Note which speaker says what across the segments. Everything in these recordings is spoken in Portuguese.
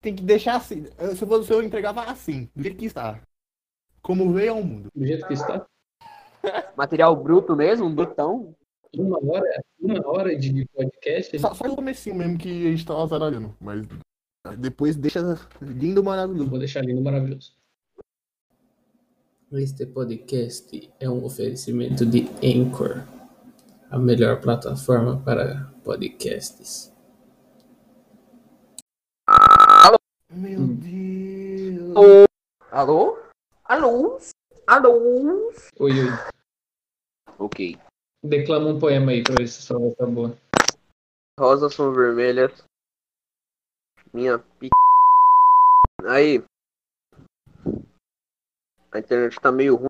Speaker 1: Tem que deixar assim. Eu- Se eu fosse eu, eu entregava assim, do jeito que está. Como veio ao mundo.
Speaker 2: Do jeito que está,
Speaker 3: Material bruto mesmo, Um brutão.
Speaker 2: uma hora, uma hora de podcast, a gente
Speaker 1: Só, só o comecinho mesmo que a gente tava zaralhando, mas depois deixa lindo
Speaker 2: não
Speaker 1: maravilhoso.
Speaker 2: vou deixar lindo maravilhoso.
Speaker 4: Este podcast é um oferecimento de Anchor, a melhor plataforma para podcasts.
Speaker 1: Meu
Speaker 4: Hum.
Speaker 1: Deus.
Speaker 3: Alô? Alô? Alô?
Speaker 2: Oi, oi.
Speaker 3: Ok.
Speaker 2: Declama um poema aí pra ver se sua voz tá boa.
Speaker 3: Rosas são vermelhas. Minha p. Aí. A internet tá meio ruim.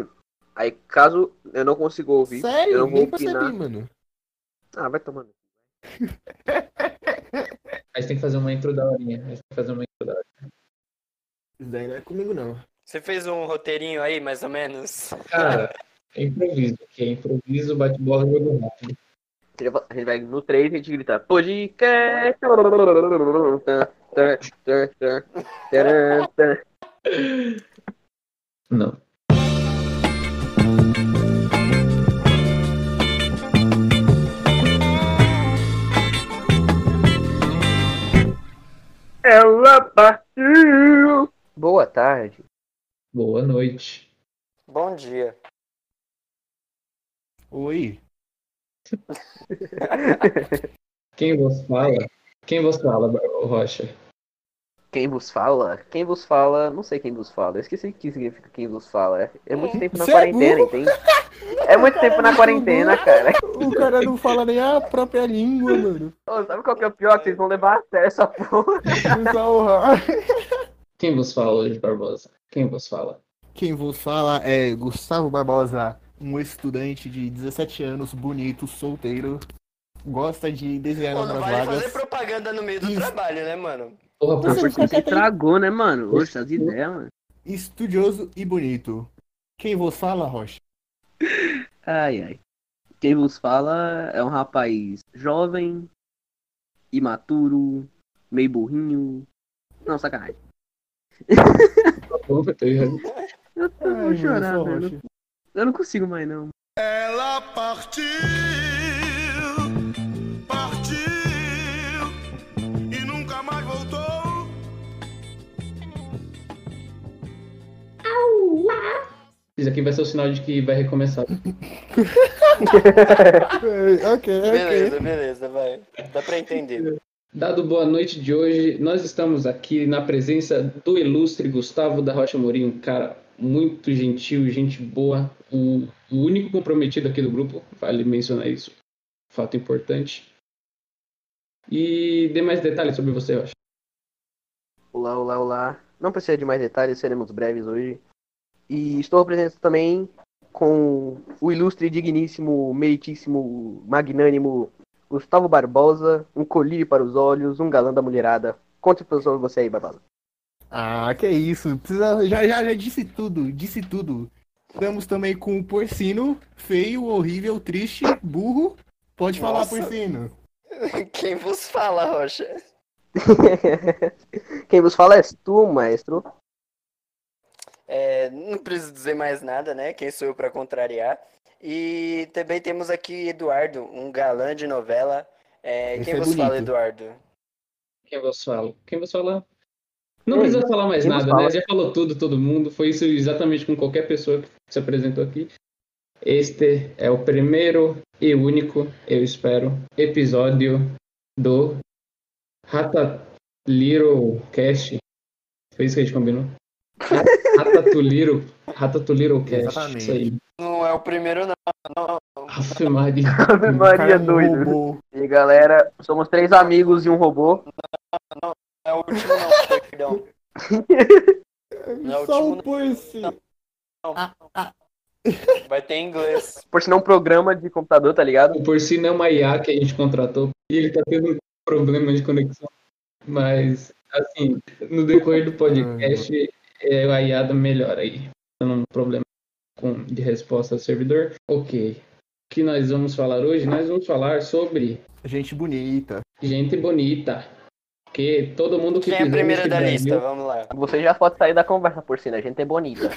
Speaker 3: ruim. Aí caso eu não consiga ouvir, eu
Speaker 1: Sério?
Speaker 3: não vou
Speaker 1: Nem
Speaker 3: opinar.
Speaker 1: percebi, mano.
Speaker 3: Ah, vai tomando.
Speaker 2: Aí você tem que fazer uma intro da horinha. Aí você tem que fazer uma intro da horinha.
Speaker 1: Isso daí não é comigo, não.
Speaker 5: Você fez um roteirinho aí, mais ou menos?
Speaker 2: Cara, é improviso, que é improviso, bate bola, jogo rápido.
Speaker 3: Ele vai- A gente vai no 3 e a gente grita podcast.
Speaker 2: Não.
Speaker 3: Ela partiu. Boa tarde.
Speaker 2: Boa noite.
Speaker 5: Bom dia.
Speaker 1: Oi.
Speaker 2: Quem vos fala? Quem vos fala, Barba Rocha?
Speaker 3: Quem vos fala? Quem vos fala? Não sei quem vos fala. Eu esqueci o que significa quem vos fala. É muito tempo na
Speaker 1: Você é
Speaker 3: quarentena,
Speaker 1: burro?
Speaker 3: entende? É muito tempo na quarentena, cara.
Speaker 1: O cara não fala nem a própria língua, mano.
Speaker 3: Ô, sabe qual que é o pior? Que Vocês vão levar a sério essa porra.
Speaker 1: Então,
Speaker 2: Quem vos fala hoje, Barbosa? Quem vos fala?
Speaker 1: Quem vos fala é Gustavo Barbosa, um estudante de 17 anos, bonito, solteiro, gosta de desenhar
Speaker 5: Pô,
Speaker 1: nas
Speaker 5: não vale
Speaker 1: É, vagas.
Speaker 5: fazer propaganda no meio do
Speaker 1: Isso.
Speaker 5: trabalho, né, mano?
Speaker 2: Porra,
Speaker 1: Você
Speaker 2: por
Speaker 1: não quer que tenha
Speaker 3: Tragou, né, mano?
Speaker 2: Oxe,
Speaker 3: as
Speaker 2: ideias,
Speaker 3: mano.
Speaker 1: estudioso e bonito. Quem vos fala, Rocha?
Speaker 3: Ai, ai. Quem vos fala é um rapaz jovem, imaturo, meio burrinho. Não, sacanagem.
Speaker 2: favor, eu já-
Speaker 3: Eu tô
Speaker 1: Ai, mano, só Rocha.
Speaker 3: Eu não consigo mais, não.
Speaker 6: Ela partiu, partiu e nunca mais voltou.
Speaker 2: Isso aqui vai ser o sinal de que vai recomeçar.
Speaker 1: É, ok, ok.
Speaker 5: Beleza, beleza, vai. Dá pra entender.
Speaker 2: Dado boa noite de hoje, nós estamos aqui na presença do ilustre Gustavo da Rocha Mourinho, um cara muito gentil, gente boa, o, o único comprometido aqui do grupo, vale mencionar isso, fato importante. E dê mais detalhes sobre você, Rocha.
Speaker 3: Olá, olá, olá. Não precisa de mais detalhes, seremos breves hoje. E estou presente também com o ilustre, digníssimo, meritíssimo, magnânimo Gustavo Barbosa, um colírio para os olhos, um galã da mulherada. Conte sobre você aí, Barbosa.
Speaker 1: Ah, que isso. Precisa... Já, já, já disse tudo, disse tudo. Estamos também com o porcino, feio, horrível, triste, burro. Pode falar,
Speaker 5: Nossa.
Speaker 1: porcino.
Speaker 5: Quem vos fala, Rocha?
Speaker 3: Quem vos fala és tu, maestro.
Speaker 5: É, não preciso dizer mais nada, né? Quem sou eu pra contrariar? E também temos aqui Eduardo, um galã de novela. É,
Speaker 1: Esse
Speaker 5: quem
Speaker 1: é
Speaker 5: vos fala,
Speaker 1: bonito.
Speaker 5: Eduardo?
Speaker 2: Quem vos fala? Quem vos fala? Não
Speaker 3: É
Speaker 2: precisa falar mais
Speaker 3: Quem vos
Speaker 2: nada,
Speaker 3: fala?
Speaker 2: né? Já falou tudo, todo mundo. Foi isso exatamente com qualquer pessoa que se apresentou aqui. Este é o primeiro e único, eu espero, episódio do Ratatuliro Cast. Foi isso que a gente combinou? Ra- Ratatuliro, Ratatuliro Cast.
Speaker 1: Exatamente.
Speaker 2: Isso aí.
Speaker 5: Não é o primeiro, não.
Speaker 2: Ave Maria.
Speaker 3: Ave
Speaker 1: Cara,
Speaker 3: Maria
Speaker 1: um
Speaker 3: doido.
Speaker 1: robô.
Speaker 3: E galera, somos três amigos e um robô.
Speaker 5: Não é o último, não. Perdão. Não é o
Speaker 1: Só um
Speaker 5: último,
Speaker 1: o porcino.
Speaker 5: não. Vai ter em inglês.
Speaker 3: Por sinal, um programa de computador, tá ligado?
Speaker 2: O Porcino é uma IA que a gente contratou e ele tá tendo problema de conexão. Mas, assim, no decorrer do podcast, é, a IA da melhora aí. Tendo um problema com, de resposta ao servidor. Ok. O que nós vamos falar hoje? Nós vamos falar sobre
Speaker 1: Gente bonita.
Speaker 2: gente bonita. Porque todo mundo que
Speaker 5: Quem é a
Speaker 2: fizer
Speaker 5: primeira
Speaker 2: Mr.
Speaker 5: da
Speaker 2: Brasil-
Speaker 5: lista? Vamos lá.
Speaker 3: Você já pode sair da conversa por cima, a gente é bonita.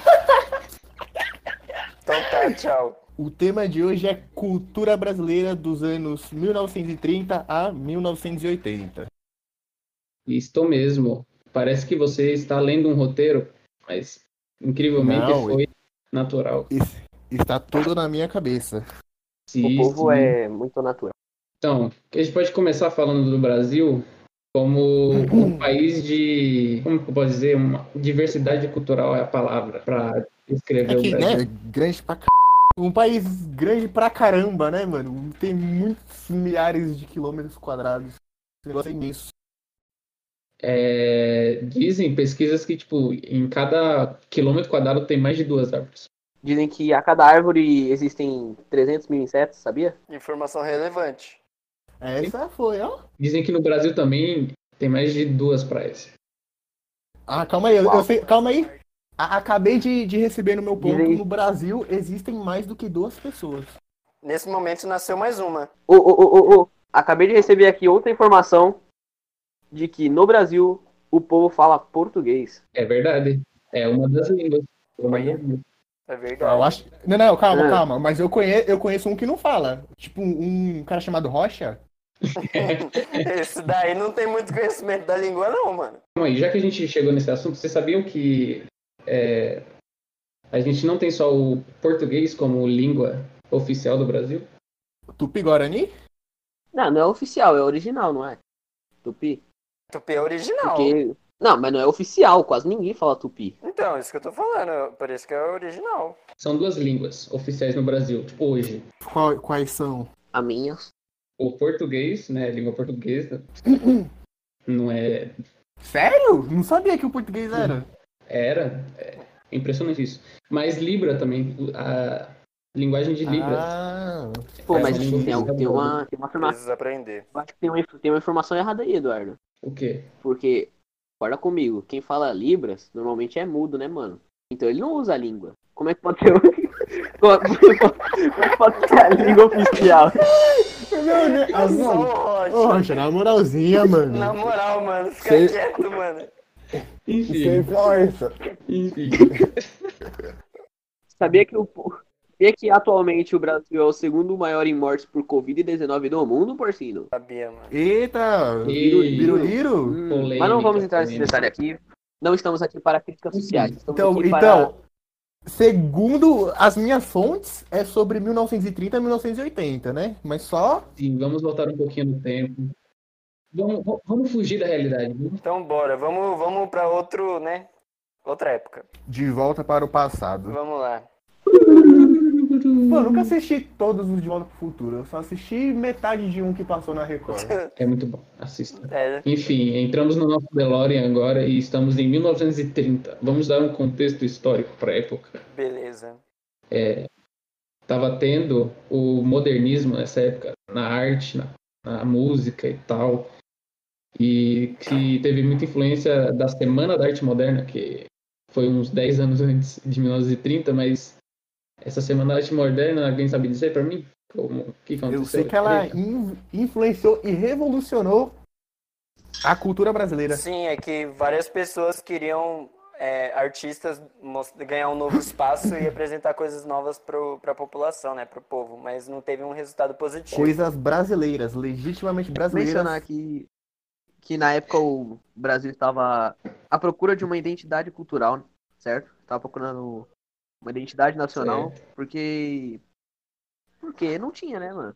Speaker 5: Então tá, tchau.
Speaker 1: O tema de hoje é cultura brasileira dos anos 1930 a 1980.
Speaker 2: Estou mesmo. Parece que você está lendo um roteiro, mas incrivelmente
Speaker 1: Não,
Speaker 2: foi natural.
Speaker 1: Isso está tudo na minha cabeça.
Speaker 2: Sim,
Speaker 3: O povo
Speaker 2: sim.
Speaker 3: é muito natural.
Speaker 2: Então, a gente pode começar falando do Brasil como um país de, como que eu posso dizer, uma diversidade cultural é a palavra para descrever
Speaker 1: É que,
Speaker 2: o Brasil.
Speaker 1: né? Grande pra c... Um país grande pra caramba, né, mano? Tem muitos milhares de quilômetros quadrados. Esse negócio é imenso.
Speaker 2: É, dizem pesquisas que tipo em cada quilômetro quadrado tem mais de duas árvores.
Speaker 3: Dizem que a cada árvore existem 300 mil insetos, sabia?
Speaker 5: Informação relevante.
Speaker 1: Essa foi, ó.
Speaker 2: Dizem que no Brasil também tem mais de duas praias.
Speaker 1: Ah, calma aí, eu,
Speaker 3: Uau.
Speaker 1: eu sei, calma aí. A- acabei de, de receber no meu ponto.
Speaker 3: Diz aí.
Speaker 1: No Brasil existem mais do que duas pessoas.
Speaker 5: Nesse momento nasceu mais uma.
Speaker 3: Ô, ô, ô, ô, ô, acabei de receber aqui outra informação de que no Brasil o povo fala português.
Speaker 2: É verdade. É uma das línguas. Uma das línguas.
Speaker 5: É
Speaker 1: Eu
Speaker 5: verdade.
Speaker 1: acho. Não, não, calma,
Speaker 3: Ah.
Speaker 1: calma. Mas eu conheço, eu conheço um que não fala. Tipo, um cara chamado Rocha.
Speaker 5: Esse daí não tem muito conhecimento da língua, não, mano.
Speaker 2: Calma aí, já que a gente chegou nesse assunto, vocês sabiam que é, a gente não tem só o português como língua oficial do Brasil?
Speaker 1: Tupi Guarani?
Speaker 3: Não, não é oficial, é original, não é? Tupi.
Speaker 5: Tupi é original.
Speaker 3: Porque. Não, mas não é oficial, quase ninguém fala tupi.
Speaker 5: Então, isso que eu tô falando. Por isso que é original.
Speaker 2: São duas línguas oficiais no Brasil tipo, hoje.
Speaker 1: Qual- quais são?
Speaker 3: A minha.
Speaker 2: O português, né, língua portuguesa, não é
Speaker 1: Sério? Não sabia que o português era.
Speaker 2: era, é impressionante isso. Mas Libra também, a linguagem de Libra.
Speaker 1: Ah,
Speaker 3: Pô,
Speaker 2: É,
Speaker 3: mas
Speaker 2: mas
Speaker 3: tem,
Speaker 2: ninguém
Speaker 3: al-
Speaker 2: sabe
Speaker 3: tem
Speaker 2: nada.
Speaker 3: uma, né? tem uma informação.
Speaker 5: Precisa aprender.
Speaker 3: Acho que tem uma, inf- tem uma informação errada aí, Eduardo.
Speaker 2: O quê?
Speaker 3: Porque, guarda comigo, quem fala Libras normalmente é mudo, né, mano? Então ele não usa a língua. Como é que pode ser, Como é que pode ser a língua oficial?
Speaker 1: Não, né? Ah,
Speaker 5: Só
Speaker 1: não.
Speaker 5: o
Speaker 1: Ô,
Speaker 5: Rocha.
Speaker 1: Rocha, na moralzinha,
Speaker 5: Na
Speaker 1: mano.
Speaker 5: moral, mano, fica
Speaker 1: Cê-
Speaker 5: quieto, mano.
Speaker 1: Sem
Speaker 2: Enfim,
Speaker 1: força.
Speaker 2: enfim.
Speaker 3: Sabia que o po- Sabia que atualmente o Brasil é o segundo maior em mortes por Covid-19 do mundo, porcino?
Speaker 5: Sabia, mano.
Speaker 1: Eita!
Speaker 2: Ih.
Speaker 1: Biruliro?
Speaker 3: Hum, Mas não vamos
Speaker 2: Polêmica,
Speaker 3: entrar nesse
Speaker 2: polêmica.
Speaker 3: detalhe aqui. Não estamos aqui para críticas sociais. Estamos
Speaker 1: Então,
Speaker 3: aqui para...
Speaker 1: então, segundo as minhas fontes, é sobre 1930 a 1980, né? Mas só.
Speaker 2: Sim, vamos voltar um pouquinho no tempo. Vamos, v- vamos fugir da realidade. Vamos
Speaker 5: Então bora, vamos, vamos pra outro, né? Outra época.
Speaker 1: De volta para o passado.
Speaker 5: Vamos lá.
Speaker 1: Mano, eu nunca assisti todos os De Volta pro Futuro. Eu só assisti metade de um que passou na Record.
Speaker 2: É muito bom, assista.
Speaker 5: É,
Speaker 2: Enfim, entramos no nosso DeLorean agora e estamos em 1930. Vamos dar um contexto histórico para a época.
Speaker 5: beleza.
Speaker 2: Tava tendo o modernismo nessa época, na arte, na, na música e tal. E que teve muita influência da Semana da Arte Moderna, que foi uns 10 anos antes de 1930, mas essa Semana da Arte Moderna, alguém sabe dizer para mim? Como, o que aconteceu?
Speaker 1: Eu sei que ela in- influenciou e revolucionou a cultura brasileira.
Speaker 5: Sim, é que várias pessoas queriam é, artistas mos- ganhar um novo espaço e apresentar coisas novas pro, pra população, né? Pro povo, mas não teve um resultado positivo.
Speaker 1: Coisas brasileiras, legitimamente
Speaker 3: mencionar
Speaker 1: brasileiras.
Speaker 3: aqui que na época o Brasil estava à procura de uma identidade cultural, certo? Estava procurando uma identidade nacional, porque porque não tinha, né, mano?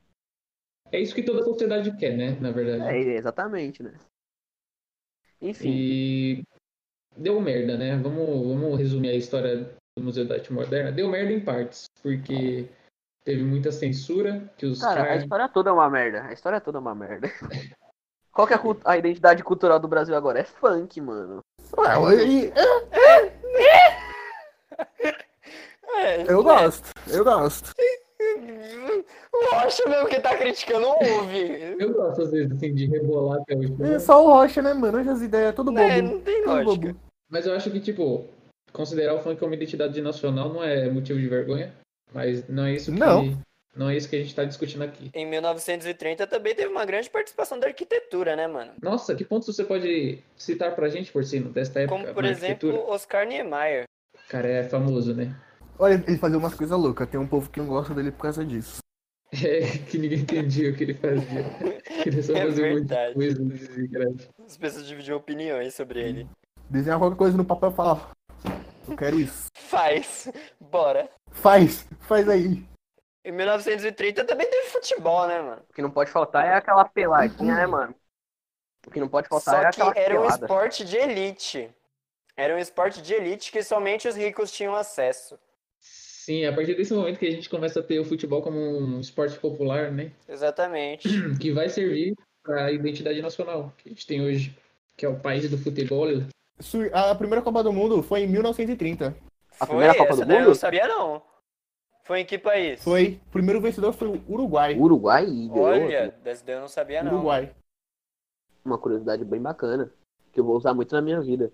Speaker 2: É isso que toda sociedade quer, né? Na verdade.
Speaker 3: É, exatamente, né? Enfim,
Speaker 2: E deu merda, né? Vamos, vamos resumir a história do Museu da Arte Moderna. Deu merda em partes, porque teve muita censura que os
Speaker 3: cara, a
Speaker 2: caras.
Speaker 3: história toda é uma merda. A história toda é uma merda. Qual que é a, cult- a identidade cultural do Brasil agora? É funk, mano.
Speaker 1: Ué, e-
Speaker 5: É,
Speaker 1: eu gosto, eu gosto.
Speaker 5: Rocha mesmo que tá criticando ouve.
Speaker 2: Eu gosto, às vezes, assim, de rebolar até hoje.
Speaker 5: Hum.
Speaker 1: É só o Rocha, né, mano? Hoje as ideias, tudo bobo.
Speaker 5: É, não tem
Speaker 1: tudo
Speaker 5: lógica.
Speaker 1: bobo.
Speaker 2: Mas eu acho que, tipo, considerar o funk como identidade nacional não é motivo de vergonha. Mas não é isso que
Speaker 1: Não.
Speaker 2: Não é isso que a gente tá discutindo aqui.
Speaker 5: Em 1930 também teve uma grande participação da arquitetura, né, mano?
Speaker 2: Nossa, que pontos você pode citar pra gente, Porcino, desta época?
Speaker 5: Como, por
Speaker 2: na
Speaker 5: exemplo,
Speaker 2: arquitetura?
Speaker 5: Oscar Niemeyer.
Speaker 2: Cara, é famoso, né?
Speaker 1: Olha, ele fazia umas coisas loucas. Tem um povo que não gosta dele por causa disso.
Speaker 2: É que ninguém entendia o que ele fazia. Ele só
Speaker 5: É
Speaker 2: fazia um monte
Speaker 5: verdade.
Speaker 2: de coisa desgraçada.
Speaker 5: As pessoas dividiam opiniões sobre ele.
Speaker 1: Desenhar qualquer coisa no papel e falar. Eu quero isso.
Speaker 5: Faz. Bora.
Speaker 1: Faz, faz aí.
Speaker 5: Em 1930 também teve futebol, né, mano?
Speaker 3: O que não pode faltar é aquela peladinha, né, mano? O que não pode faltar é
Speaker 5: Só
Speaker 3: aquela
Speaker 5: que era um
Speaker 3: pelada.
Speaker 5: esporte de elite. Era um esporte de elite que somente os ricos tinham acesso.
Speaker 2: Sim, a partir desse momento que a gente começa a ter o futebol como um esporte popular, né?
Speaker 5: Exatamente.
Speaker 2: Que vai servir para a identidade nacional que a gente tem hoje, que é o país do futebol.
Speaker 1: Sur- A primeira Copa do Mundo foi em 1930.
Speaker 3: A primeira Copa
Speaker 5: essa
Speaker 3: do
Speaker 5: daí Eu
Speaker 3: Mundo?
Speaker 5: não sabia, não. Foi em que país?
Speaker 1: Foi. O primeiro vencedor foi o Uruguai.
Speaker 3: Uruguai ganhou
Speaker 5: Olha, dessa daí eu não sabia, não.
Speaker 1: Uruguai.
Speaker 3: uma curiosidade bem bacana, que eu vou usar muito na minha vida.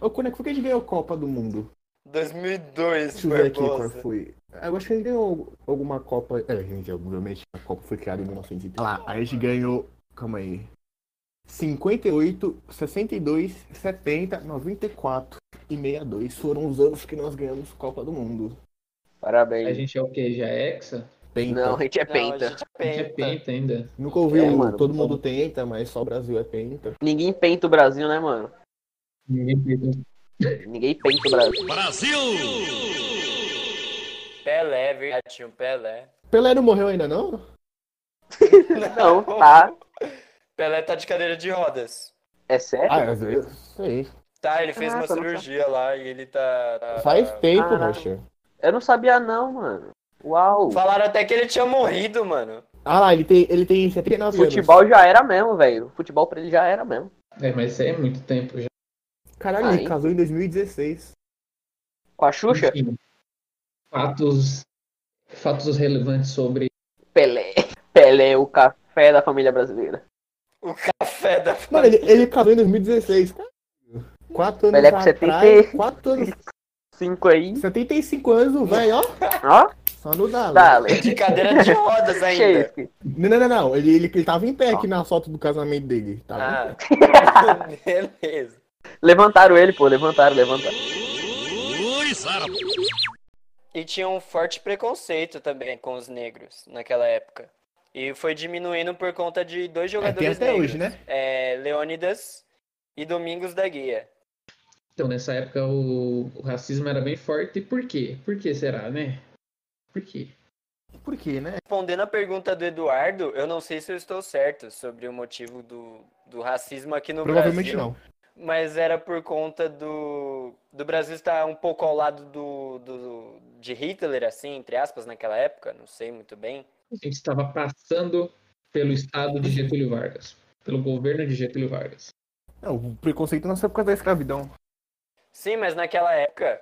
Speaker 1: Ô, quando é que foi que a gente ganhou a Copa do Mundo?
Speaker 5: 2002,
Speaker 1: Deixa eu ver aqui qual
Speaker 5: Barbosa.
Speaker 1: foi. Eu acho que a gente ganhou alguma Copa. É, gente, obviamente a Copa foi criada em 1930. Olha lá, Ah, a gente ganhou. Calma aí. 58, 62, 70, 94 e 62 foram os anos que nós ganhamos Copa do Mundo.
Speaker 3: Parabéns.
Speaker 2: A gente é o quê? Já é hexa?
Speaker 1: Penta.
Speaker 3: Não, a gente é
Speaker 5: Não,
Speaker 3: penta.
Speaker 5: a gente
Speaker 2: A gente é
Speaker 5: é penta.
Speaker 2: penta ainda.
Speaker 1: Nunca ouviu,
Speaker 3: É, mano.
Speaker 1: todo mundo tenta, mas só o Brasil é penta.
Speaker 3: Ninguém penta o Brasil, né, mano?
Speaker 2: Ninguém penta.
Speaker 3: Ninguém penta o Brasil.
Speaker 6: Brasil!
Speaker 5: Pelé, verdade, um Pelé.
Speaker 1: Pelé não morreu ainda, não?
Speaker 3: Não, tá.
Speaker 5: Pelé tá de cadeira de rodas.
Speaker 3: É sério?
Speaker 1: Ah, às vezes. Sei.
Speaker 5: Tá, ele fez uma
Speaker 3: Caraca, eu não
Speaker 5: cirurgia lá e ele tá. tá-
Speaker 1: Faz tempo,
Speaker 3: Caralho.
Speaker 1: Rocha.
Speaker 3: Eu não sabia não, mano. Uau.
Speaker 5: Falaram até que ele tinha morrido, mano.
Speaker 1: Ah lá, ele tem, ele tem 79
Speaker 3: Futebol já era mesmo, velho. Futebol pra ele já era mesmo.
Speaker 2: É, mas isso aí é muito tempo já.
Speaker 1: anos. Caralho, ele
Speaker 3: Ai.
Speaker 1: casou em 2016.
Speaker 3: Com a Xuxa,
Speaker 2: Enfim, fatos, fatos relevantes sobre
Speaker 3: Pelé. Pelé, o café da família brasileira.
Speaker 5: O café da.
Speaker 1: Mano, ele, ele casou em 2016. Caralho. Quatro anos
Speaker 3: Pelé com 70.
Speaker 1: atrás. Quatro anos.
Speaker 3: Cinco aí.
Speaker 1: 75 anos, velho, ó.
Speaker 3: Ó,
Speaker 1: Só no Dallas.
Speaker 3: dale.
Speaker 5: De cadeira de rodas
Speaker 3: Que é
Speaker 5: ainda.
Speaker 3: isso? que-
Speaker 1: Não, não, não, não. Ele, ele, ele tava em pé aqui na foto do casamento dele. Tá
Speaker 5: Ah, beleza.
Speaker 3: Levantaram ele, pô. Levantaram, levantaram.
Speaker 6: Luiz Arabo.
Speaker 5: E tinha um forte preconceito também com os negros naquela época. E foi diminuindo por conta de dois
Speaker 1: é, tem
Speaker 5: Ah. jogadores
Speaker 1: até
Speaker 5: negros.
Speaker 1: hoje, né?
Speaker 5: É, Leônidas e Domingos da Guia.
Speaker 2: Então, nessa época o, o racismo era bem forte. Por quê? Por que será, né? Por quê?
Speaker 1: Por quê, né?
Speaker 5: Respondendo a pergunta do Eduardo, eu não sei se eu estou certo sobre o motivo do, do racismo aqui no
Speaker 1: Provavelmente
Speaker 5: Brasil.
Speaker 1: não.
Speaker 5: Mas era por conta do, do Brasil estar um pouco ao lado do, do, de Hitler, assim, entre aspas, naquela época, não sei muito bem.
Speaker 2: A gente estava passando pelo estado de Getúlio Vargas, pelo governo de Getúlio Vargas.
Speaker 1: Não, o preconceito não é só por causa da escravidão.
Speaker 5: Sim, mas naquela época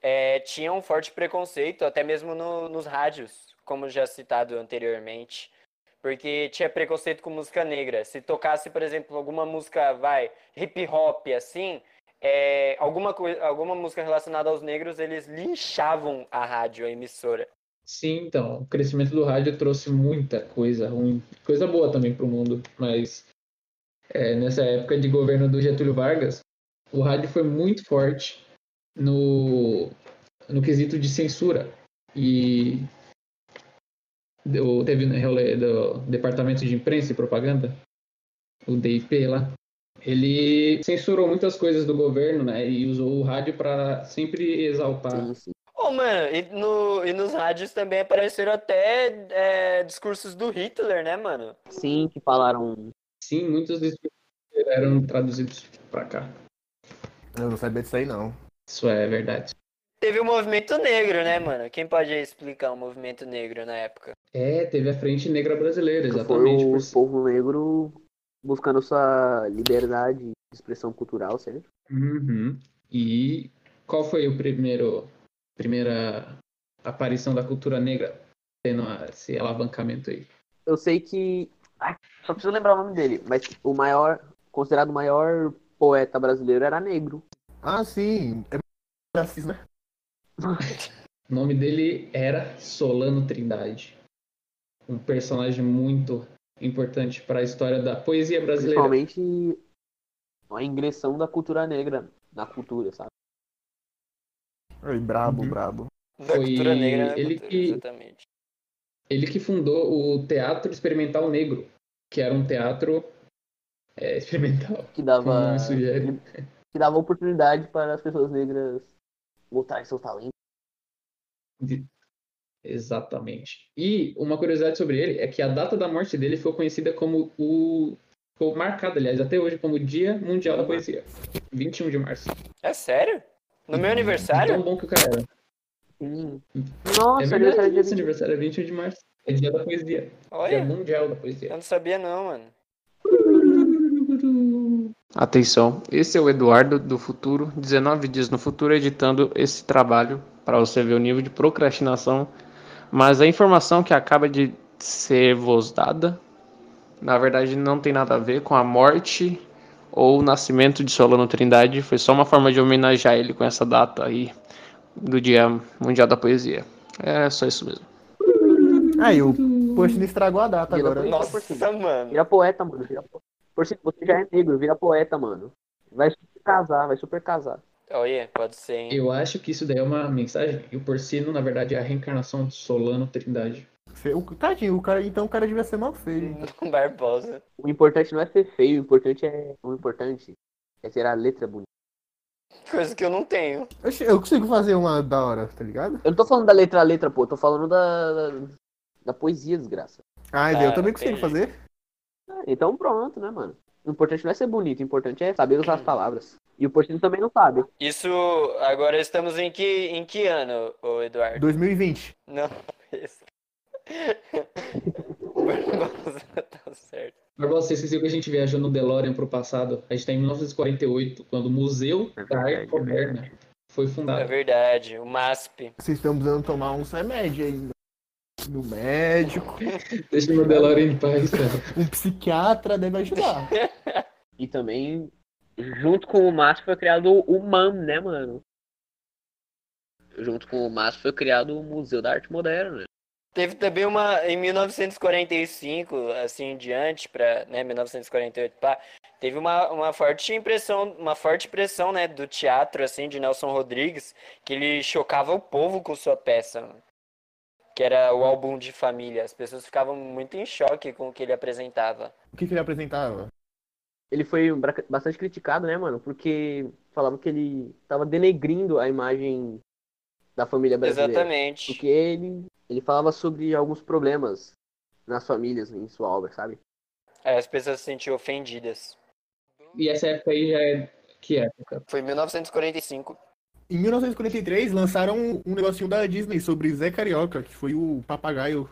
Speaker 5: é, tinha um forte preconceito, até mesmo no- nos rádios, como já citado anteriormente. Porque tinha preconceito com música negra. Se tocasse, por exemplo, alguma música, vai, hip hop, assim, é, alguma, coi- alguma música relacionada aos negros, eles linchavam a rádio, a emissora.
Speaker 2: Sim, então, o crescimento do rádio trouxe muita coisa ruim, coisa boa também para o mundo, mas é, nessa época de governo do Getúlio Vargas, o rádio foi muito forte no, no quesito de censura. E deu- teve no rolê do Departamento de Imprensa e Propaganda, o DIP lá, ele censurou muitas coisas do governo, né? E usou o rádio para sempre exaltar
Speaker 3: Sim, sim.
Speaker 5: Ô, mano, e, no, e nos rádios também apareceram até é, discursos do Hitler, né, mano?
Speaker 3: Sim, que falaram.
Speaker 2: Sim, muitos discursos eram traduzidos pra cá.
Speaker 1: Eu não sabia disso aí, não.
Speaker 2: Isso é verdade.
Speaker 5: Teve o movimento negro, né, mano? Quem pode explicar o movimento negro na época?
Speaker 2: É, teve a Frente Negra Brasileira,
Speaker 3: que
Speaker 2: exatamente.
Speaker 3: Foi
Speaker 2: por-
Speaker 3: o povo negro buscando sua liberdade de expressão cultural, certo?
Speaker 2: Uhum. E qual foi o primeiro primeira aparição da cultura negra tendo esse alavancamento aí?
Speaker 3: Eu sei que. Ai, só preciso lembrar o nome dele, mas o maior. Considerado o maior poeta brasileiro era negro.
Speaker 1: Ah, sim. É racismo, né?
Speaker 2: O nome dele era Solano Trindade. um personagem muito importante para a história da poesia brasileira.
Speaker 3: Principalmente a ingressão da cultura negra na cultura, sabe?
Speaker 1: Ai, brabo, brabo.
Speaker 5: Da
Speaker 2: Foi
Speaker 5: cultura negra, né,
Speaker 2: ele
Speaker 5: cultura,
Speaker 2: que-
Speaker 5: exatamente.
Speaker 2: Ele que fundou o Teatro Experimental Negro, que era um teatro é, experimental, como
Speaker 3: Que
Speaker 2: o
Speaker 3: dava,
Speaker 2: nome sugere.
Speaker 3: que dava oportunidade para as pessoas negras mostrarem seus talentos.
Speaker 2: Exatamente. E uma curiosidade sobre ele é que a data da morte dele ficou conhecida como o. Ficou marcada, aliás, até hoje, como Dia Mundial da Poesia. 21 de março.
Speaker 5: É sério? No meu aniversário?
Speaker 2: Tão bom que o cara era.
Speaker 3: Sim.
Speaker 2: é
Speaker 3: Nossa,
Speaker 2: verdade,
Speaker 3: aniversário de
Speaker 2: esse aniversário é 21 de março. É Dia da Poesia. Dia
Speaker 5: Olha,
Speaker 2: Mundial da
Speaker 5: eu
Speaker 2: Poesia.
Speaker 5: não sabia não, mano.
Speaker 4: Atenção, esse é o Eduardo do futuro, 19 dias no futuro, editando esse trabalho para você ver o nível de procrastinação. Mas a informação que acaba de ser vos dada, na verdade, não tem nada a ver com a morte ou o nascimento de Solano Trindade. Foi só uma forma de homenagear ele com essa data aí do Dia Mundial da Poesia. É só isso mesmo.
Speaker 1: Aí o post estragou a data
Speaker 3: Ele
Speaker 1: agora. né?
Speaker 3: foi-
Speaker 5: Nossa,
Speaker 3: por cima.
Speaker 5: mano.
Speaker 3: Vira poeta, mano. Vira po... Por si, você já é negro, vira poeta, mano. Vai super casar, vai super casar.
Speaker 5: Olha, pode ser, hein?
Speaker 2: Eu acho que isso daí é uma mensagem. E o porcino, na verdade, é a reencarnação de Solano Trindade.
Speaker 1: Fe- o- Tadinho, o cara, então o cara devia ser mal feio. hein?
Speaker 5: Barbosa.
Speaker 3: O importante não é ser feio, o importante é. O importante é ter a letra bonita.
Speaker 5: Coisa que eu não tenho.
Speaker 1: Oxe, Eu consigo fazer uma da hora, tá ligado?
Speaker 3: Eu não tô falando da letra a letra, pô, eu tô falando da. da, da poesia, desgraça.
Speaker 1: Ah,
Speaker 5: Tá,
Speaker 1: eu também consigo
Speaker 5: entendi.
Speaker 1: fazer.
Speaker 3: Ah, Então pronto, né, mano? O importante não é ser bonito, o importante é saber usar as palavras. E o porcino também não sabe.
Speaker 5: Isso, agora estamos em que, em que ano, ô Eduardo?
Speaker 1: 2020.
Speaker 5: Não, isso. Barbosa, tá certo.
Speaker 2: Barbosa, você esqueceu que a gente viajou no DeLorean pro passado? A gente tá em 1948, quando o Museu da Arte Moderna foi
Speaker 5: É
Speaker 2: fundado.
Speaker 5: verdade, o MASP.
Speaker 1: Vocês estão precisando tomar um uns remédios ainda. No médico.
Speaker 5: É.
Speaker 2: Deixa meu DeLorean em paz, cara.
Speaker 1: Um psiquiatra deve ajudar.
Speaker 3: E também, junto com o Márcio foi criado o MAM, né, mano? Junto com o Márcio foi criado o Museu da Arte Moderna.
Speaker 5: Teve também uma em 1945, assim em diante, para né, 1948, pá, teve uma, uma forte impressão, uma forte pressão, né, do teatro assim de Nelson Rodrigues, que ele chocava o povo com sua peça, mano. que era o álbum de família. As pessoas ficavam muito em choque com o que ele apresentava.
Speaker 1: O que, que ele apresentava?
Speaker 3: Ele foi bra- bastante criticado, né, mano? Porque falavam que ele tava denegrindo a imagem da família brasileira.
Speaker 5: Exatamente.
Speaker 3: Porque ele, ele falava sobre alguns problemas nas famílias, em sua obra, sabe?
Speaker 5: Aí É, as pessoas se sentiam ofendidas.
Speaker 2: E essa época aí já é. Que época?
Speaker 5: Foi em 1945.
Speaker 1: Em 1943, lançaram um- um negocinho da Disney sobre Zé Carioca, que foi o papagaio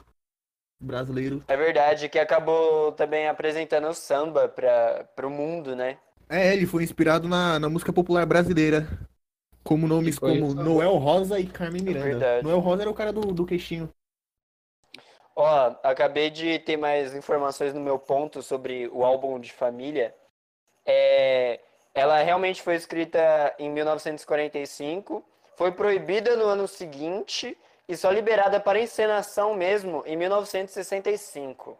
Speaker 1: brasileiro.
Speaker 5: É verdade que acabou também apresentando o samba para o mundo, né?
Speaker 1: É, ele foi inspirado na, na música popular brasileira. Como nomes
Speaker 2: Que foi
Speaker 1: como
Speaker 2: isso?
Speaker 1: Noel Rosa e Carmen Miranda.
Speaker 5: verdade.
Speaker 1: Noel Rosa era o cara do, do queixinho.
Speaker 5: Ó, acabei de ter mais informações no meu ponto sobre o álbum de família. É, ela realmente foi escrita em 1945, foi proibida no ano seguinte e só liberada para encenação mesmo em 1965.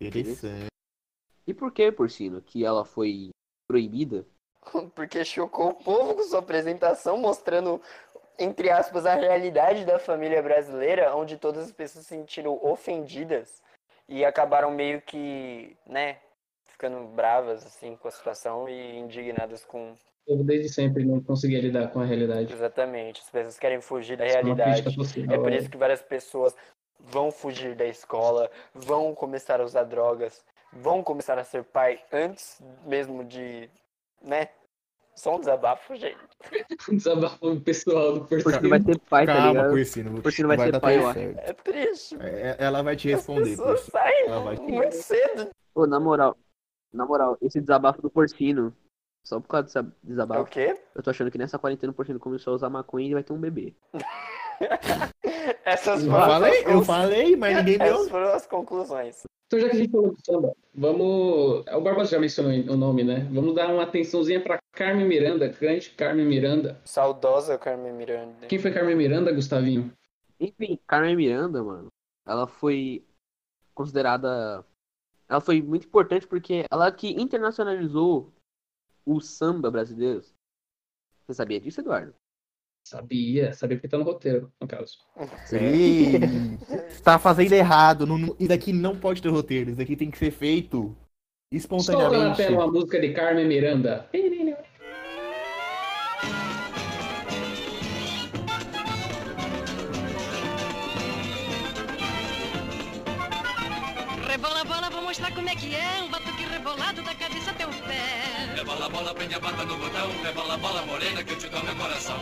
Speaker 1: interessante.
Speaker 3: E por que, Porcino, que ela foi proibida?
Speaker 5: Porque chocou o povo com sua apresentação, mostrando, entre aspas, a realidade da família brasileira, onde todas as pessoas se sentiram ofendidas e acabaram meio que, né, ficando bravas, assim, com a situação e indignadas com.
Speaker 2: O povo desde sempre não conseguia lidar com a realidade.
Speaker 5: Exatamente, as pessoas querem fugir da
Speaker 2: Isso é uma crítica
Speaker 5: realidade.
Speaker 2: social,
Speaker 5: É por
Speaker 2: é.
Speaker 5: isso que várias pessoas vão fugir da escola, vão começar a usar drogas, vão começar a ser pai antes mesmo de, né? Só um desabafo, gente.
Speaker 2: Um desabafo pessoal do
Speaker 3: Porcino
Speaker 2: porcino.
Speaker 3: vai ter pai, tá
Speaker 1: Calma,
Speaker 3: ligado?
Speaker 1: Cursino.
Speaker 3: Cursino vai ser pai, eu acho.
Speaker 5: É triste.
Speaker 1: é, Ela vai te
Speaker 5: As
Speaker 1: responder,
Speaker 5: pessoas
Speaker 1: Cursino.
Speaker 5: saem
Speaker 1: Ela vai te
Speaker 5: muito cedo.
Speaker 3: Pô, na moral, na moral, esse desabafo do Porcino, só por causa desse
Speaker 5: É o
Speaker 3: desabafo,
Speaker 5: quê?
Speaker 3: eu tô achando que nessa quarentena o Porcino começou a usar maconha e ele vai ter um bebê.
Speaker 5: Essas
Speaker 1: Eu
Speaker 5: foram,
Speaker 1: falei,
Speaker 5: as,
Speaker 1: eu
Speaker 5: conclu-
Speaker 1: falei, mas ninguém me
Speaker 5: essas
Speaker 1: ouve.
Speaker 5: foram as conclusões.
Speaker 2: Então, já que a gente falou do samba, vamos. O Barbosa já mencionou o nome, né? Vamos dar uma atençãozinha pra Carmen Miranda, grande Carmen Miranda.
Speaker 5: Saudosa Carmen Miranda.
Speaker 2: Quem foi Carmen Miranda, Gustavinho?
Speaker 3: Enfim, Carmen Miranda, mano, Ela foi considerada. Ela foi muito importante porque ela que internacionalizou o samba brasileiro. Você sabia disso, Eduardo?
Speaker 2: Sabia, sabia porque tá no roteiro, no caso.
Speaker 1: Ih, tá fazendo errado. Não- não- isso daqui não pode ter roteiro. Isso daqui tem que ser feito
Speaker 2: Solta na
Speaker 1: espontaneamente.
Speaker 2: tela uma música de Carmen Miranda.
Speaker 7: Rebola, bola, vou mostrar como é que é. Um batuque rebolado da cabeça até o pé.
Speaker 6: Rebola, bola, prende a bata no botão. Rebola, bola, morena que eu te dou meu coração.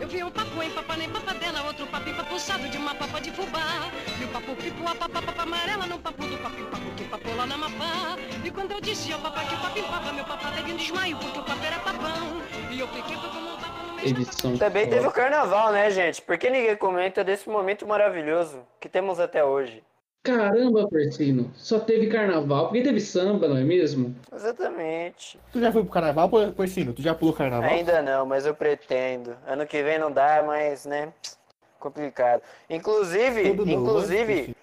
Speaker 7: Eu vi um papo em papa nem papa dela, outro papipa puxado um de uma papa de fubá. E o papo pipo, a papa, papa amarela, no papo do papi, papo que papo lá na mapá. E quando eu disse ao papá que o papo empava, meu papá teve um desmaio, porque o papo era papão. E eu fiquei pra como um papo no mês.
Speaker 2: Edição.
Speaker 5: Também teve o
Speaker 2: foda.
Speaker 5: carnaval, né, gente? Por que ninguém comenta desse momento maravilhoso que temos até hoje?
Speaker 2: Caramba, Persino, só teve carnaval, porque teve samba, não é mesmo?
Speaker 5: Exatamente.
Speaker 1: Tu já foi pro carnaval, Por- Porcino? Tu já pulou carnaval?
Speaker 5: Ainda não, mas eu pretendo. Ano que vem não dá, mas, né? Complicado. Inclusive,
Speaker 1: Tudo novo, assim.
Speaker 5: inclusive,
Speaker 1: Porcino.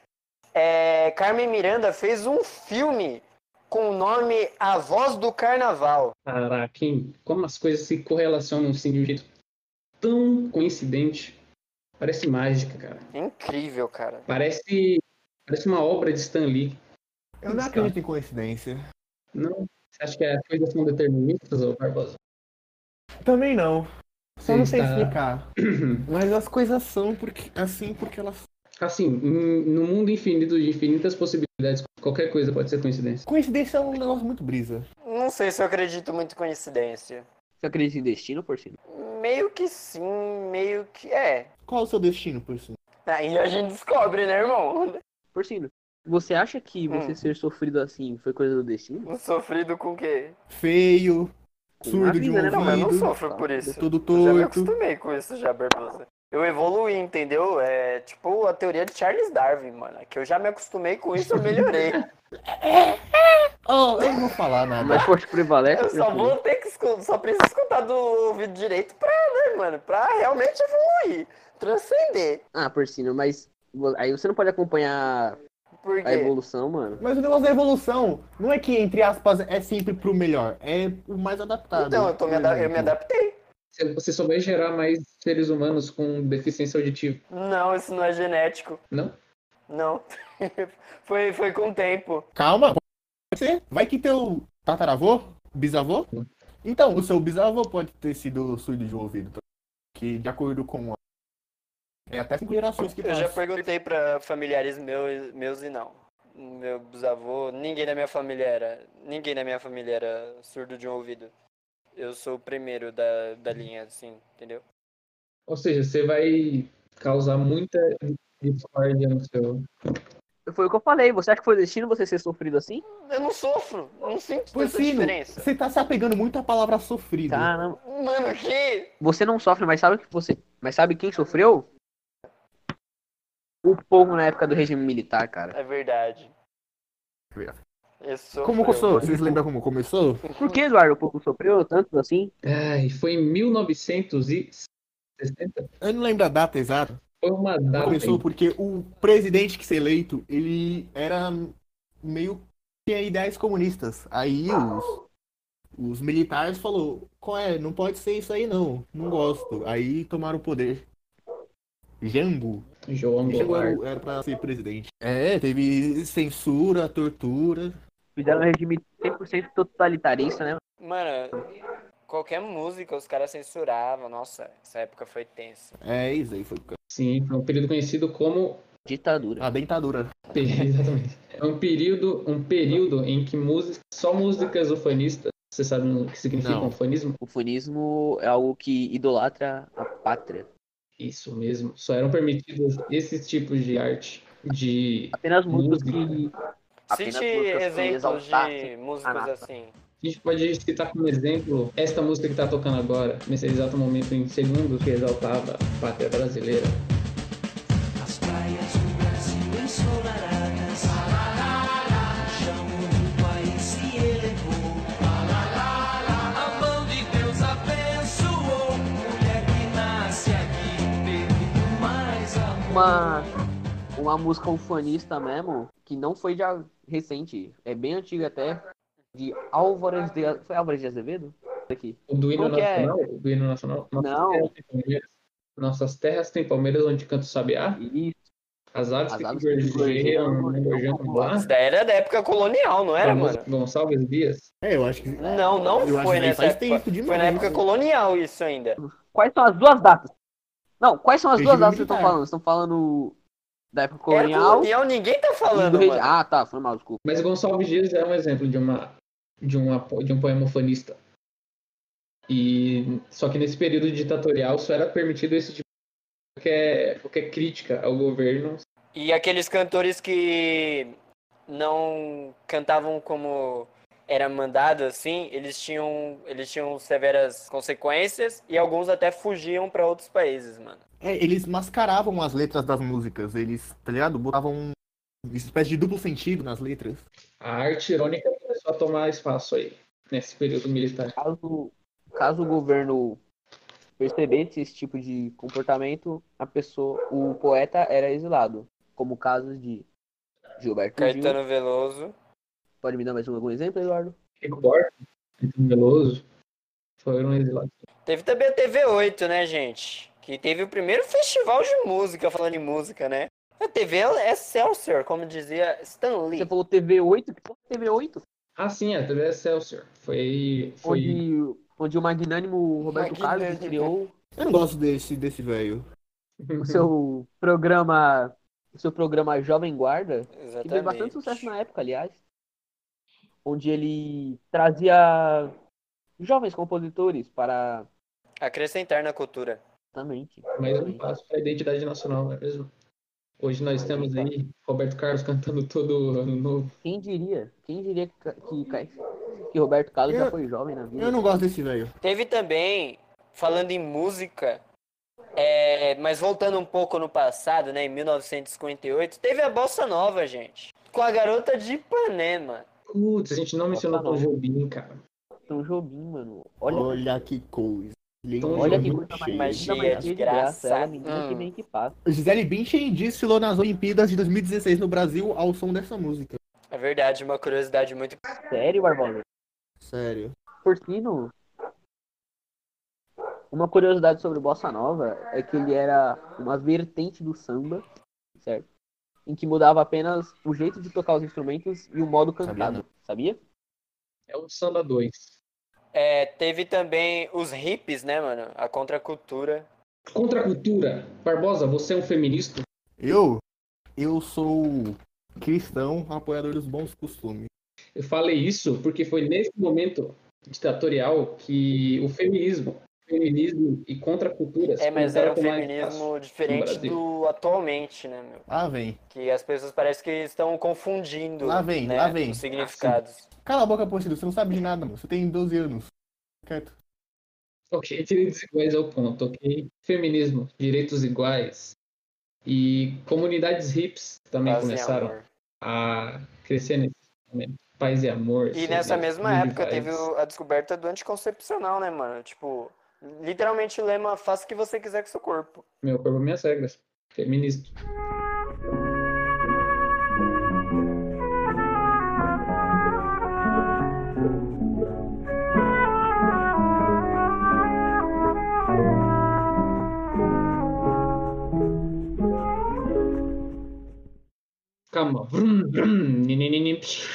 Speaker 5: é, Carmen Miranda fez um filme com o nome A Voz do Carnaval.
Speaker 2: Caraca, hein? Como as coisas se correlacionam assim de um jeito tão coincidente. Parece mágica, cara.
Speaker 5: Incrível, cara.
Speaker 2: Parece, parece uma obra de Stan Lee.
Speaker 1: Eu
Speaker 5: Então.
Speaker 1: não acredito em coincidência.
Speaker 2: Não? Você acha que as coisas são deterministas, ô Barbosa?
Speaker 1: Também não. Só
Speaker 2: Você
Speaker 1: não sei
Speaker 2: está-
Speaker 1: explicar. Mas as coisas são porque, assim porque elas são.
Speaker 2: Assim, em- no mundo infinito de infinitas possibilidades, qualquer coisa pode ser coincidência.
Speaker 1: Coincidência é um negócio muito brisa.
Speaker 5: Não sei se eu acredito muito em coincidência.
Speaker 3: Você acredita em destino, por si?
Speaker 5: Meio que sim, meio que é.
Speaker 1: Qual o seu destino, Porcino?
Speaker 5: Aí a gente descobre, né, irmão?
Speaker 3: Porcino, você acha que
Speaker 5: Hum.
Speaker 3: você ser sofrido assim foi coisa do destino?
Speaker 5: Um Sofrido com o quê?
Speaker 1: Feio,
Speaker 3: Na
Speaker 1: surdo de um
Speaker 3: vida, né?
Speaker 5: Não, mas eu não
Speaker 1: ouvido,
Speaker 5: sofro por isso.
Speaker 1: todo
Speaker 5: Eu já me
Speaker 1: torto.
Speaker 5: acostumei com isso já, Barbosa. Eu evoluí, entendeu? É tipo a teoria de Charles Darwin, mano. É Que eu já me acostumei com isso, eu melhorei.
Speaker 1: Oh, eu não vou falar nada.
Speaker 3: Mas forte prevalece.
Speaker 5: É,
Speaker 3: assim.
Speaker 5: Eu só
Speaker 3: Porcino?
Speaker 5: vou ter que escutar, só preciso escutar do ouvido direito pra, né, mano? Pra realmente evoluir, transcender.
Speaker 3: Ah, Porcino, mas vo- aí você não pode acompanhar
Speaker 5: Porque
Speaker 3: a evolução, mano.
Speaker 1: Mas o negócio da evolução não é que, entre aspas, é sempre pro melhor, é o mais adaptado.
Speaker 5: Então, eu, tô me ada- eu me adaptei.
Speaker 2: Você- Você só vai gerar mais seres humanos com deficiência auditiva,
Speaker 5: Não, isso não é genético.
Speaker 2: não?
Speaker 5: Não. foi, foi com o tempo.
Speaker 1: Calma, pode ser. Vai que teu tataravô, bisavô? Então, o seu bisavô pode ter sido surdo de um ouvido. tá? Que, de acordo com. a- É até cinco gerações que
Speaker 5: Eu já
Speaker 1: passam.
Speaker 5: perguntei pra familiares meus, meus e não. Meu bisavô, ninguém da minha família era. Ninguém da minha família era surdo de um ouvido. Eu sou o primeiro da, da linha, assim, entendeu?
Speaker 2: Ou seja, você vai causar muita discórdia no seu.
Speaker 3: Foi o que eu falei. Você acha que foi destino você ser sofrido assim?
Speaker 5: Eu não sofro, não sinto
Speaker 1: Por
Speaker 5: essa
Speaker 1: sino,
Speaker 5: diferença. Tá.
Speaker 1: você tá se apegando muito à palavra sofrido.
Speaker 3: Caramba.
Speaker 5: Mano, que?
Speaker 3: Você não sofre, mas sabe o que você. Mas sabe quem sofreu? O povo na época do regime militar, cara.
Speaker 5: É verdade. Eu sou
Speaker 1: Como
Speaker 5: eu.
Speaker 1: começou? Vocês lembram como começou?
Speaker 3: Por que, Eduardo, o povo sofreu tanto assim?
Speaker 2: Ai, foi em 1960.
Speaker 1: Eu não lembro a data exata.
Speaker 2: Foi uma data.
Speaker 1: Começou porque o presidente que se eleito, ele era meio tinha ideias comunistas. Aí os, os militares falou, qual é? Não pode ser isso aí não. Não gosto. Aí tomaram o poder. Jango.
Speaker 2: João
Speaker 1: Jango
Speaker 2: Goulart.
Speaker 1: era, era pra ser presidente. É, teve censura, tortura.
Speaker 3: Fizeram um regime 100% totalitarista, né?
Speaker 5: um- Mano, qualquer música os caras censuravam. Nossa, essa época foi tensa.
Speaker 1: É isso aí, foi
Speaker 2: Sim, foi um período conhecido como.
Speaker 3: Ditadura.
Speaker 1: a dentadura.
Speaker 2: Exatamente. É um período, um período em que música, só músicas ufanistas. Você sabe o que significa
Speaker 1: Não.
Speaker 2: ufanismo?
Speaker 3: O funismo é algo que idolatra a pátria.
Speaker 2: Isso mesmo. Só eram permitidos esses tipos de arte. De
Speaker 3: Apenas músicas
Speaker 2: música.
Speaker 3: que Apenas músicas
Speaker 5: Cite
Speaker 3: que
Speaker 5: exemplos de
Speaker 3: exaltassem
Speaker 5: músicos
Speaker 3: nata.
Speaker 5: assim.
Speaker 2: A gente pode citar como exemplo esta música que está tocando agora, nesse exato momento em segundos, que exaltava a pátria brasileira.
Speaker 8: As praias do Brasil ensolaradas, chão do país se elevou. A mão de Deus abençoou, mulher que nasce aqui, teve mais amor.
Speaker 3: uma uma música ufanista mesmo, que não foi já recente, é bem antiga até, de Álvares de... Foi Álvares de Azevedo? Aqui.
Speaker 2: O do hino
Speaker 3: Qual que é?
Speaker 2: nacional? O do hino nacional? Nossas
Speaker 3: Não.
Speaker 2: terras têm palmeiras. Nossas terras têm palmeiras onde canta o sabiá.
Speaker 3: E
Speaker 2: As aves
Speaker 3: As
Speaker 2: que
Speaker 3: aves que
Speaker 2: gorjeiam,
Speaker 3: gorjeiam,
Speaker 2: gorjeiam
Speaker 3: gorjeiam,
Speaker 2: lá.
Speaker 5: Isso daí era da época colonial, não era, mano?
Speaker 2: Gonçalves Dias.
Speaker 1: É, eu acho que.
Speaker 5: Não, não
Speaker 1: Eu acho
Speaker 5: foi
Speaker 1: que
Speaker 5: nessa
Speaker 1: faz
Speaker 5: época.
Speaker 1: tempo demais,
Speaker 5: foi na época
Speaker 1: né?
Speaker 5: colonial isso ainda.
Speaker 3: Quais são as duas datas? Não, quais são as
Speaker 1: Regime
Speaker 3: duas datas que estão
Speaker 1: militar.
Speaker 3: falando? Estão falando da época
Speaker 5: Era
Speaker 3: colonial e
Speaker 5: colonial, ninguém tá
Speaker 3: do
Speaker 5: falando,
Speaker 3: regi-
Speaker 5: mano.
Speaker 3: Ah, tá, foi mal, desculpa.
Speaker 2: Mas Gonçalves Dias é um exemplo de uma de, uma, de um poema ufanista. E só que nesse período ditatorial só era permitido esse tipo de qualquer, qualquer crítica ao governo.
Speaker 5: E aqueles cantores que não cantavam como era mandado assim, eles tinham, eles tinham severas consequências e alguns até fugiam pra outros países, mano.
Speaker 1: É, eles mascaravam as letras das músicas, eles, tá ligado? Botavam uma espécie de duplo sentido nas letras.
Speaker 2: A arte irônica começou a tomar espaço aí nesse período militar.
Speaker 3: Caso, caso o governo percebesse esse tipo de comportamento, a pessoa, o poeta era exilado, como o caso de Gilberto Gil.
Speaker 5: Caetano Veloso.
Speaker 3: Pode me dar mais um, algum exemplo, Eduardo?
Speaker 2: Chico Buarque, Antônio Veloso, foram exilados.
Speaker 5: Teve também a TV8, né, gente? Que teve o primeiro festival de música, falando em música, né? A TV é Excelsior, como dizia Stanley.
Speaker 3: Você falou TV8? Que porra é TV8?
Speaker 2: Ah, sim, a TV Excelsior. Foi, foi
Speaker 3: Onde, onde o magnânimo Roberto Carlos
Speaker 5: Magnânimo.
Speaker 3: criou
Speaker 1: Eu não gosto desse, desse velho.
Speaker 3: o seu programa, o seu programa Jovem Guarda. Que fez bastante sucesso na época, aliás. Onde ele trazia jovens compositores para.
Speaker 5: Acrescentar na cultura.
Speaker 3: Exatamente.
Speaker 2: mais um passo para a identidade nacional, não é mesmo? Hoje nós temos aí Roberto Carlos cantando todo ano novo.
Speaker 3: Quem diria? Quem diria que, que, que Roberto Carlos
Speaker 1: Eu-
Speaker 3: já foi jovem na
Speaker 1: Eu
Speaker 3: vida?
Speaker 1: não gosto desse velho.
Speaker 5: Teve também, falando em música, é, mas voltando um pouco no passado, né, em 1958, teve a Bossa Nova, gente. Com a garota de Ipanema.
Speaker 2: Putz, a gente não mencionou
Speaker 3: Nossa,
Speaker 2: Tom
Speaker 3: não.
Speaker 2: Jobim, cara.
Speaker 3: Tom Jobim, mano. Olha,
Speaker 1: Olha, que coisa. Ele
Speaker 2: Olha
Speaker 1: é
Speaker 3: olha
Speaker 1: um
Speaker 3: que
Speaker 1: menino
Speaker 3: coisa
Speaker 1: cheio.
Speaker 3: mais,
Speaker 5: mais
Speaker 3: linda,
Speaker 5: cheia
Speaker 3: mais
Speaker 5: de
Speaker 3: cheia de graça.
Speaker 5: graça.
Speaker 3: Ela, é menina que
Speaker 5: Hum.
Speaker 3: vem que passa.
Speaker 1: Gisele Bündchen desfilou nas Olimpíadas de 2016 no Brasil ao som dessa música.
Speaker 5: É verdade, uma curiosidade muito.
Speaker 3: Sério, Barbosa?
Speaker 1: Sério.
Speaker 3: Porcino. Uma curiosidade sobre o Bossa Nova é que ele era uma vertente do samba, certo? Em que mudava apenas o jeito de tocar os instrumentos e o modo cantado, sabia?
Speaker 2: É um samba 2.
Speaker 5: É, teve também os hippies, né, mano? A contracultura.
Speaker 2: Contra a cultura. Barbosa, você é um feminista?
Speaker 1: Eu? Eu sou cristão, apoiador dos bons costumes.
Speaker 2: Eu falei isso porque foi nesse momento ditatorial que o feminismo, feminismo e contra a cultura
Speaker 5: É, mas
Speaker 2: começaram
Speaker 5: era
Speaker 2: a
Speaker 5: um
Speaker 2: tomar espaço.
Speaker 5: feminismo diferente
Speaker 2: Brasil.
Speaker 5: do atualmente, né, meu?
Speaker 1: Lá vem.
Speaker 5: Que as pessoas parecem que estão confundindo
Speaker 1: Lá vem,
Speaker 5: né,
Speaker 1: lá vem.
Speaker 5: os
Speaker 2: Assim,
Speaker 5: significados.
Speaker 1: Cala a boca, porcelo. Você não sabe de nada, mano. Você tem 12 anos. Quieto.
Speaker 2: Ok, direitos iguais é o ponto, ok? Feminismo, direitos iguais. E comunidades hips também
Speaker 5: Paz e
Speaker 2: começaram
Speaker 5: amor.
Speaker 2: a crescer nesse momento. Paz e amor.
Speaker 5: E nessa
Speaker 2: solidariedade,
Speaker 5: mesma época teve
Speaker 2: unidade.
Speaker 5: o- a descoberta do anticoncepcional, né, mano? Tipo, literalmente o lema, faça o que você quiser com seu corpo.
Speaker 2: Meu corpo, minhas regras. Feminista. Calma. Vrum, vrum, ninininim, psiu.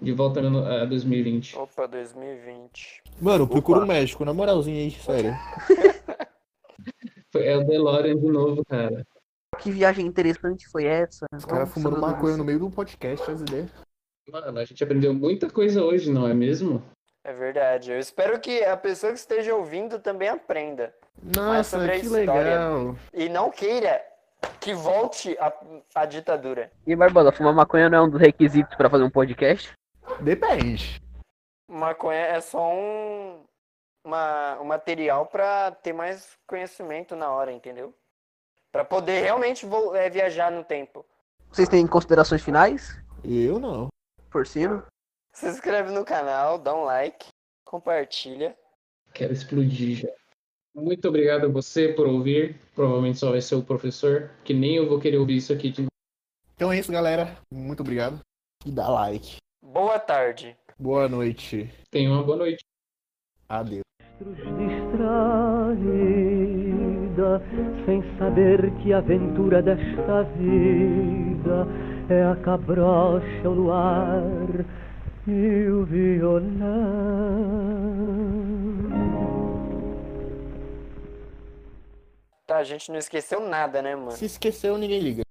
Speaker 2: De volta no- a 2020.
Speaker 5: Opa, 2020.
Speaker 1: Mano, procura um médico, na moralzinha aí, sério.
Speaker 2: Foi- É o DeLorean de novo, cara.
Speaker 9: Que viagem interessante foi essa?
Speaker 1: Os caras fumando maconha no meio do podcast, as ideias.
Speaker 2: Mano, a gente aprendeu muita coisa hoje, não é mesmo?
Speaker 5: É verdade. Eu espero que a pessoa que esteja ouvindo também aprenda.
Speaker 1: Nossa,
Speaker 5: sobre a
Speaker 1: que
Speaker 5: história.
Speaker 1: legal.
Speaker 5: E não queira que volte a, a ditadura.
Speaker 3: E Barbosa, fumar maconha não é um dos requisitos para fazer um podcast?
Speaker 1: Depende.
Speaker 5: Maconha é só um, uma, um material pra ter mais conhecimento na hora, entendeu? Pra poder realmente vo- é, viajar no tempo.
Speaker 9: Vocês têm considerações finais?
Speaker 1: Eu não.
Speaker 9: Porcino?
Speaker 5: Se inscreve no canal, dá um like, compartilha.
Speaker 2: Quero explodir já. Muito obrigado a você por ouvir. Provavelmente só vai ser o professor, que nem eu vou querer ouvir isso aqui de
Speaker 1: Então é isso, galera. Muito obrigado. E dá like.
Speaker 5: Boa tarde.
Speaker 1: Boa noite.
Speaker 2: Tenha uma boa noite.
Speaker 1: Adeus.
Speaker 10: distraída, sem saber que a aventura desta vida é a cabrocha, o luar e o violão.
Speaker 5: Tá, a gente não esqueceu nada, né, mano?
Speaker 1: Se esqueceu, ninguém liga.